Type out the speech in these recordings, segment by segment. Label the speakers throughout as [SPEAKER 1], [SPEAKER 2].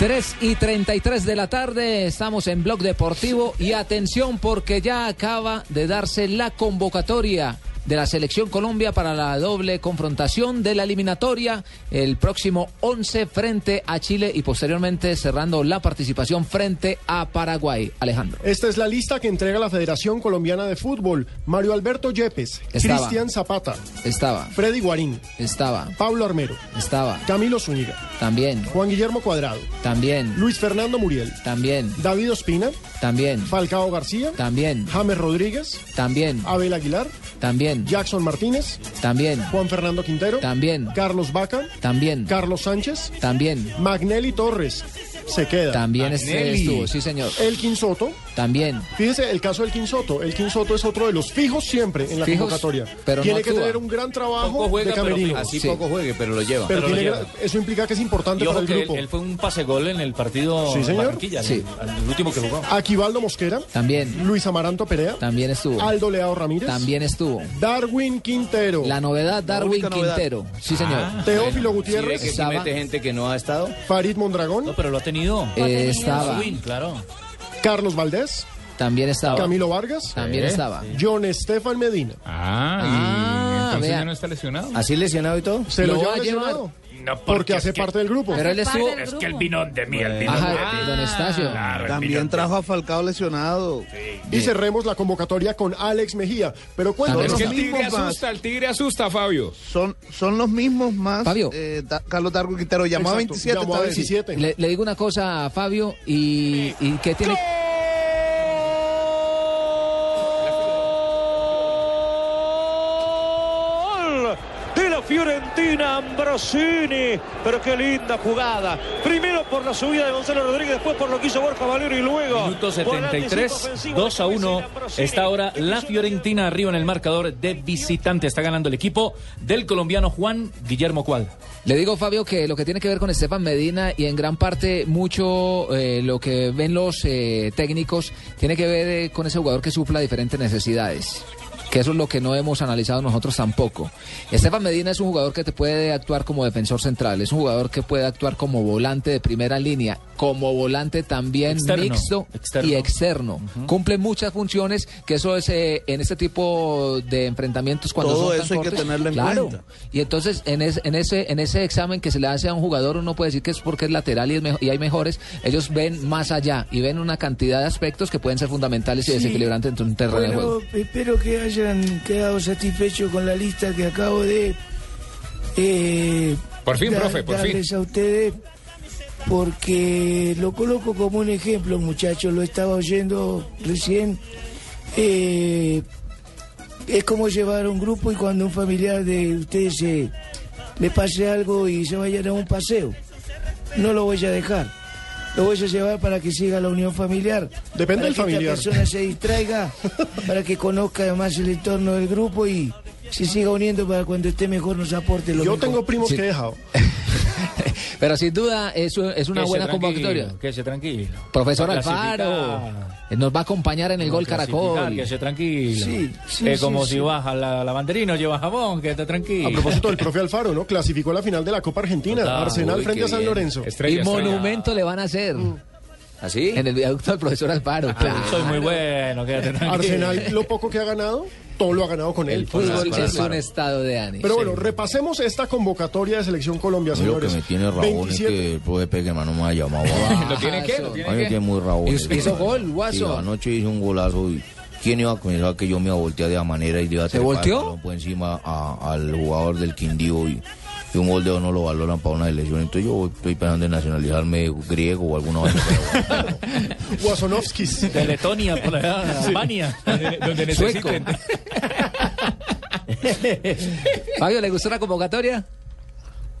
[SPEAKER 1] 3 y 33 de la tarde, estamos en Blog Deportivo y atención porque ya acaba de darse la convocatoria de la Selección Colombia para la doble confrontación de la eliminatoria el próximo 11 frente a Chile y posteriormente cerrando la participación frente a Paraguay. Alejandro.
[SPEAKER 2] Esta es la lista que entrega la Federación Colombiana de Fútbol. Mario Alberto Yepes,
[SPEAKER 1] Estaba.
[SPEAKER 2] Cristian Zapata,
[SPEAKER 1] Estaba,
[SPEAKER 2] Freddy Guarín,
[SPEAKER 1] estaba,
[SPEAKER 2] Pablo Armero,
[SPEAKER 1] estaba,
[SPEAKER 2] Camilo Zúñiga,
[SPEAKER 1] también,
[SPEAKER 2] Juan Guillermo Cuadrado,
[SPEAKER 1] también,
[SPEAKER 2] Luis Fernando Muriel,
[SPEAKER 1] también,
[SPEAKER 2] David Ospina,
[SPEAKER 1] también,
[SPEAKER 2] Falcao García,
[SPEAKER 1] también,
[SPEAKER 2] James Rodríguez,
[SPEAKER 1] también,
[SPEAKER 2] Abel Aguilar,
[SPEAKER 1] también,
[SPEAKER 2] Jackson Martínez,
[SPEAKER 1] también,
[SPEAKER 2] Juan Fernando Quintero,
[SPEAKER 1] también,
[SPEAKER 2] Carlos Vaca,
[SPEAKER 1] también,
[SPEAKER 2] Carlos Sánchez,
[SPEAKER 1] también,
[SPEAKER 2] Magnelli Torres, se queda.
[SPEAKER 1] también este
[SPEAKER 3] Agnelli.
[SPEAKER 1] estuvo, sí señor,
[SPEAKER 2] Elkin Soto,
[SPEAKER 1] también.
[SPEAKER 2] Fíjese el caso del Quinsoto. El Quinsoto es otro de los fijos siempre en la
[SPEAKER 1] Fijos,
[SPEAKER 2] convocatoria.
[SPEAKER 1] pero no
[SPEAKER 2] Tiene que
[SPEAKER 1] actúa.
[SPEAKER 2] tener un gran trabajo
[SPEAKER 4] Poco juega,
[SPEAKER 2] de
[SPEAKER 4] pero
[SPEAKER 2] camerino.
[SPEAKER 4] fijo.
[SPEAKER 3] Así
[SPEAKER 1] Sí.
[SPEAKER 3] poco juegue, pero lo lleva.
[SPEAKER 2] Pero
[SPEAKER 4] pero lo
[SPEAKER 2] tiene
[SPEAKER 4] lleva.
[SPEAKER 2] gra- eso implica que es importante
[SPEAKER 4] Y
[SPEAKER 2] para
[SPEAKER 4] ojo
[SPEAKER 2] el
[SPEAKER 4] que él,
[SPEAKER 2] grupo.
[SPEAKER 4] él fue un pase gol en el partido
[SPEAKER 2] Sí,
[SPEAKER 4] en
[SPEAKER 2] señor.
[SPEAKER 4] Barranquilla,
[SPEAKER 1] Sí.
[SPEAKER 4] en el, el último que jugó.
[SPEAKER 2] Aquivaldo Mosquera,
[SPEAKER 1] También,
[SPEAKER 2] Luis Amaranto Perea,
[SPEAKER 1] también estuvo.
[SPEAKER 2] Aldo Leao Ramírez,
[SPEAKER 1] También estuvo.
[SPEAKER 2] Darwin Quintero,
[SPEAKER 1] La novedad, Darwin
[SPEAKER 3] única novedad.
[SPEAKER 1] Quintero. Sí, señor.
[SPEAKER 2] Teófilo
[SPEAKER 3] Si ve
[SPEAKER 2] Gutiérrez,
[SPEAKER 3] que si
[SPEAKER 1] Estaba.
[SPEAKER 3] mete gente que no ha estado,
[SPEAKER 2] Farid Mondragón,
[SPEAKER 4] No, pero lo ha tenido.
[SPEAKER 1] Eh, estaba.
[SPEAKER 4] Win, claro.
[SPEAKER 2] Carlos Valdés,
[SPEAKER 1] También estaba.
[SPEAKER 2] Camilo Eh. Vargas,
[SPEAKER 1] También estaba.
[SPEAKER 2] John Estefan Medina.
[SPEAKER 5] Ah, y
[SPEAKER 1] Ah,
[SPEAKER 5] entonces
[SPEAKER 1] vea.
[SPEAKER 5] ya no está lesionado.
[SPEAKER 3] así lesionado y todo.
[SPEAKER 2] Se
[SPEAKER 1] Lo
[SPEAKER 2] lo,
[SPEAKER 1] va
[SPEAKER 2] lleva
[SPEAKER 1] a llevar.
[SPEAKER 2] lesionado
[SPEAKER 6] No, porque,
[SPEAKER 2] porque hace
[SPEAKER 6] es que-
[SPEAKER 2] parte del grupo.
[SPEAKER 1] Pero él estuvo.
[SPEAKER 6] Es que el vino de mí, el vino de
[SPEAKER 2] Ah.
[SPEAKER 1] Ajá,
[SPEAKER 6] mí.
[SPEAKER 1] don Estacio.
[SPEAKER 6] Claro, el
[SPEAKER 7] Ah, También
[SPEAKER 6] vino
[SPEAKER 7] trajo a Falcao lesionado.
[SPEAKER 2] Y cerremos la convocatoria con Alex Mejía.
[SPEAKER 1] También
[SPEAKER 2] Pero cuéntanos,
[SPEAKER 5] Es que
[SPEAKER 7] Los
[SPEAKER 5] el tigre
[SPEAKER 7] mismos más.
[SPEAKER 5] asusta, el tigre asusta, Fabio.
[SPEAKER 7] Son, son los mismos más.
[SPEAKER 1] Fabio.
[SPEAKER 7] eh, Da- Carlos Darwin Quintero llamó a
[SPEAKER 2] Exacto,
[SPEAKER 7] 27
[SPEAKER 2] llamó a
[SPEAKER 7] esta vez.
[SPEAKER 2] 27.
[SPEAKER 1] Le, le digo una cosa a Fabio y, y que tiene.
[SPEAKER 8] gol de la Fiorentina Ambrosini. Pero qué linda jugada. Primero por la subida de Gonzalo Rodríguez, después por lo que hizo Borja Valero y luego.
[SPEAKER 4] Minuto
[SPEAKER 8] por el anticipo
[SPEAKER 4] 73,
[SPEAKER 8] ofensivo
[SPEAKER 4] 2 a
[SPEAKER 8] de cabeza
[SPEAKER 4] 1.
[SPEAKER 8] de Ambrosini,
[SPEAKER 4] Está ahora
[SPEAKER 8] que
[SPEAKER 4] la
[SPEAKER 8] puso-
[SPEAKER 4] Fiorentina arriba en el marcador de visitante. Está ganando el equipo del colombiano Juan Guillermo Cuadra.
[SPEAKER 1] Le digo, Fabio, que lo que tiene que ver con Estefan Medina y en gran parte mucho eh, lo que ven los eh, técnicos tiene que ver eh, con ese jugador que supla diferentes necesidades. Que eso es lo que no hemos analizado nosotros tampoco. Estefan Medina es un jugador que te puede actuar como defensor central, es un jugador que puede actuar como volante de primera línea, como volante también
[SPEAKER 4] Externo,
[SPEAKER 1] mixto
[SPEAKER 4] externo.
[SPEAKER 1] y externo. Cumple muchas funciones, que eso es eh, en este tipo de enfrentamientos cuando
[SPEAKER 7] Todo
[SPEAKER 1] son tan
[SPEAKER 7] eso hay que
[SPEAKER 1] cortos.
[SPEAKER 7] tenerlo en
[SPEAKER 1] Claro.
[SPEAKER 7] cuenta.
[SPEAKER 1] Y entonces en, es- en ese en ese examen que se le hace a un jugador uno puede decir que es porque es lateral y, es mejo- y hay mejores. Ellos ven más allá y ven una cantidad de aspectos que pueden ser fundamentales y
[SPEAKER 9] Sí.
[SPEAKER 1] desequilibrantes dentro de un terreno de
[SPEAKER 9] Bueno,
[SPEAKER 1] juego.
[SPEAKER 9] espero que hayan quedado satisfechos con la lista que acabo de. eh,
[SPEAKER 5] Por fin, profe, por fin.
[SPEAKER 9] darles a ustedes, porque lo coloco como un ejemplo, muchachos, lo estaba oyendo recién. eh, es como llevar a un grupo y cuando un familiar de ustedes se, le pase algo y se vayan a un paseo. No lo voy a dejar. Lo voy a llevar para que siga la unión familiar.
[SPEAKER 2] Depende del
[SPEAKER 9] para que esta
[SPEAKER 2] familiar.
[SPEAKER 9] persona se distraiga, para que conozca además el entorno del grupo y se siga uniendo para cuando esté mejor nos aporte lo
[SPEAKER 2] yo
[SPEAKER 9] mejor.
[SPEAKER 2] tengo primos
[SPEAKER 1] Sí.
[SPEAKER 2] que he dejado.
[SPEAKER 1] Pero sin duda eso es una
[SPEAKER 4] Que se
[SPEAKER 1] buena
[SPEAKER 4] tranquilo,
[SPEAKER 1] convocatoria.
[SPEAKER 4] Que se tranquilo.
[SPEAKER 1] Profesor
[SPEAKER 4] Clasifica-
[SPEAKER 1] Alfaro eh, nos va a acompañar en el gol
[SPEAKER 4] clasificar,
[SPEAKER 1] Caracol.
[SPEAKER 4] Que se tranquilo.
[SPEAKER 9] Sí, sí,
[SPEAKER 4] Que
[SPEAKER 9] sí,
[SPEAKER 4] como
[SPEAKER 9] sí.
[SPEAKER 4] si baja la, la banderina, lleva jabón, que está tranquilo.
[SPEAKER 2] A propósito del profe Alfaro, ¿no? Clasificó a la final de la Copa Argentina,
[SPEAKER 4] Total.
[SPEAKER 2] Arsenal
[SPEAKER 3] Uy,
[SPEAKER 2] frente
[SPEAKER 3] qué
[SPEAKER 2] a San
[SPEAKER 3] bien.
[SPEAKER 2] Lorenzo.
[SPEAKER 5] Estrella,
[SPEAKER 1] y
[SPEAKER 5] estrella.
[SPEAKER 1] monumento le van a hacer
[SPEAKER 9] Mm.
[SPEAKER 3] ¿Así?
[SPEAKER 1] en el viaducto al profesor Alfaro. claro.
[SPEAKER 4] Ah, Soy muy bueno, quédate tranquilo.
[SPEAKER 2] Arsenal, lo poco que ha ganado, todo lo ha ganado con él.
[SPEAKER 1] El fútbol
[SPEAKER 3] Alfaro,
[SPEAKER 1] es un
[SPEAKER 3] Alfaro.
[SPEAKER 1] estado de ánimo.
[SPEAKER 2] Pero bueno, repasemos esta convocatoria de Selección Colombia,
[SPEAKER 10] Lo que
[SPEAKER 2] señores.
[SPEAKER 10] me tiene Raúl es
[SPEAKER 2] 27.
[SPEAKER 10] que el profe Pequeman no me ha llamado.
[SPEAKER 5] ¿Lo tiene qué? ¿Lo
[SPEAKER 1] Eso.
[SPEAKER 5] tiene
[SPEAKER 10] Ay, me
[SPEAKER 5] qué?
[SPEAKER 10] tiene muy Raúl.
[SPEAKER 1] Hizo- hizo gol, guaso.
[SPEAKER 10] Sí, anoche hizo un golazo y... ¿Quién iba a pensar que yo me iba a voltear de la manera y le iba a
[SPEAKER 1] ¿Se
[SPEAKER 10] trepar el
[SPEAKER 1] volteó?
[SPEAKER 10] balón por encima a- al jugador del Quindío y, y un gol de oro no lo valoran para una elección? Entonces yo estoy pensando en nacionalizarme griego o alguna vaina. pero bueno, no.
[SPEAKER 2] Wasonovskis.
[SPEAKER 4] De Letonia, por allá, Albania.
[SPEAKER 5] Donde
[SPEAKER 1] Sueco.
[SPEAKER 5] necesiten.
[SPEAKER 1] Fabio, ¿le gustó la convocatoria?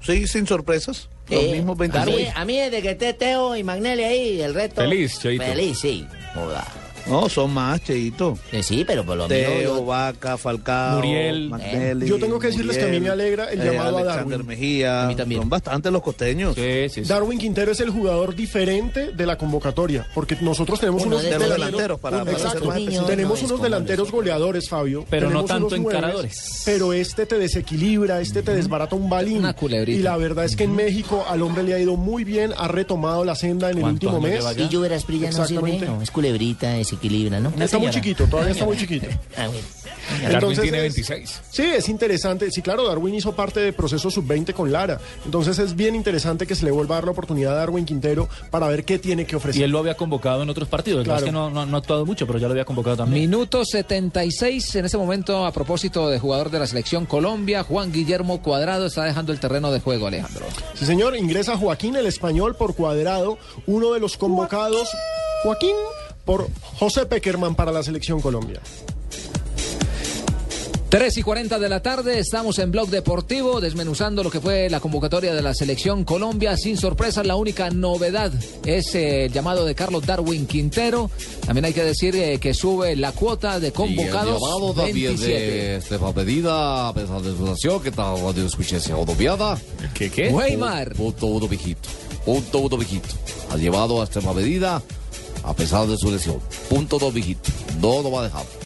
[SPEAKER 7] Sí, sin sorpresas. Los mismos 26.
[SPEAKER 3] mí desde que esté Teo y Magnelli ahí, el resto.
[SPEAKER 5] Feliz, Cheito.
[SPEAKER 3] sí.
[SPEAKER 7] No, son más, Cheito.
[SPEAKER 11] Eh, sí, pero por lo menos
[SPEAKER 7] Teo,
[SPEAKER 11] yo-
[SPEAKER 7] Vaca, Falcao,
[SPEAKER 11] Muriel.
[SPEAKER 7] Magnelli, eh,
[SPEAKER 2] Yo tengo que decirles que a mí me alegra el llamado a
[SPEAKER 7] Alexander
[SPEAKER 2] Darwin.
[SPEAKER 7] Mejía. Son bastantes los costeños.
[SPEAKER 4] Sí, sí,
[SPEAKER 2] Darwin Quintero es el jugador diferente de la convocatoria, porque nosotros tenemos
[SPEAKER 7] Uno
[SPEAKER 2] unos
[SPEAKER 7] de los delanteros, para- para
[SPEAKER 2] Exacto.
[SPEAKER 7] ser más específico.
[SPEAKER 2] Pues tenemos unos delanteros goleadores, Fabio.
[SPEAKER 4] Pero no
[SPEAKER 2] Tenemos
[SPEAKER 4] tanto
[SPEAKER 2] unos nueves,
[SPEAKER 4] encaradores.
[SPEAKER 2] Pero este te desequilibra, este te desbarata un balín.
[SPEAKER 1] culebrita.
[SPEAKER 2] Y la verdad es que en México al hombre le ha ido muy bien, ha retomado la senda en el
[SPEAKER 4] ¿Cuántos
[SPEAKER 2] último
[SPEAKER 4] años
[SPEAKER 2] mes.
[SPEAKER 4] lleva ya?
[SPEAKER 11] Y yo verás, Prilla no sirve,
[SPEAKER 2] Exactamente.
[SPEAKER 11] no, es culebrita, desequilibra, ¿no?
[SPEAKER 2] Está muy chiquito, todavía está muy chiquito.
[SPEAKER 11] Ah, bueno.
[SPEAKER 5] Darwin
[SPEAKER 2] Entonces
[SPEAKER 5] tiene
[SPEAKER 2] es-
[SPEAKER 5] 26.
[SPEAKER 2] Sí, es interesante. Sí, claro, Darwin hizo parte de proceso sub-20 con Lara. Entonces es bien interesante que se le vuelva a dar la oportunidad a Darwin Quintero para ver qué tiene que ofrecer.
[SPEAKER 4] Y él lo había convocado en otros partidos.
[SPEAKER 2] Claro.
[SPEAKER 4] Es que no, no- no ha actuado mucho, pero ya lo había convocado también.
[SPEAKER 1] Minuto 76 en ese momento a propósito de jugador de la selección Colombia, Juan Guillermo Cuadrado está dejando el terreno de juego, Alejandro.
[SPEAKER 2] Sí, señor, ingresa Joaquín el español por cuadrado, uno de los convocados, Joaquín, por José Peckerman para la selección Colombia.
[SPEAKER 1] 3 y 40 de la tarde, estamos en Blog Deportivo, desmenuzando lo que fue la convocatoria de la selección Colombia. Sin sorpresa, la única novedad es eh, el llamado de Carlos Darwin Quintero. También hay que decir eh, que sube la cuota de convocados.
[SPEAKER 10] Llamado también
[SPEAKER 1] 27.
[SPEAKER 10] de Estefan Medina, a pesar de su nación, que está radio escuché se odoviada.
[SPEAKER 5] ¿Qué qué?
[SPEAKER 1] Weimar.
[SPEAKER 10] Punto uno viejito. Punto uno viejito. Ha llevado a Estefan Medina, a pesar de su lesión. Punto dos viejito. No lo va a dejar.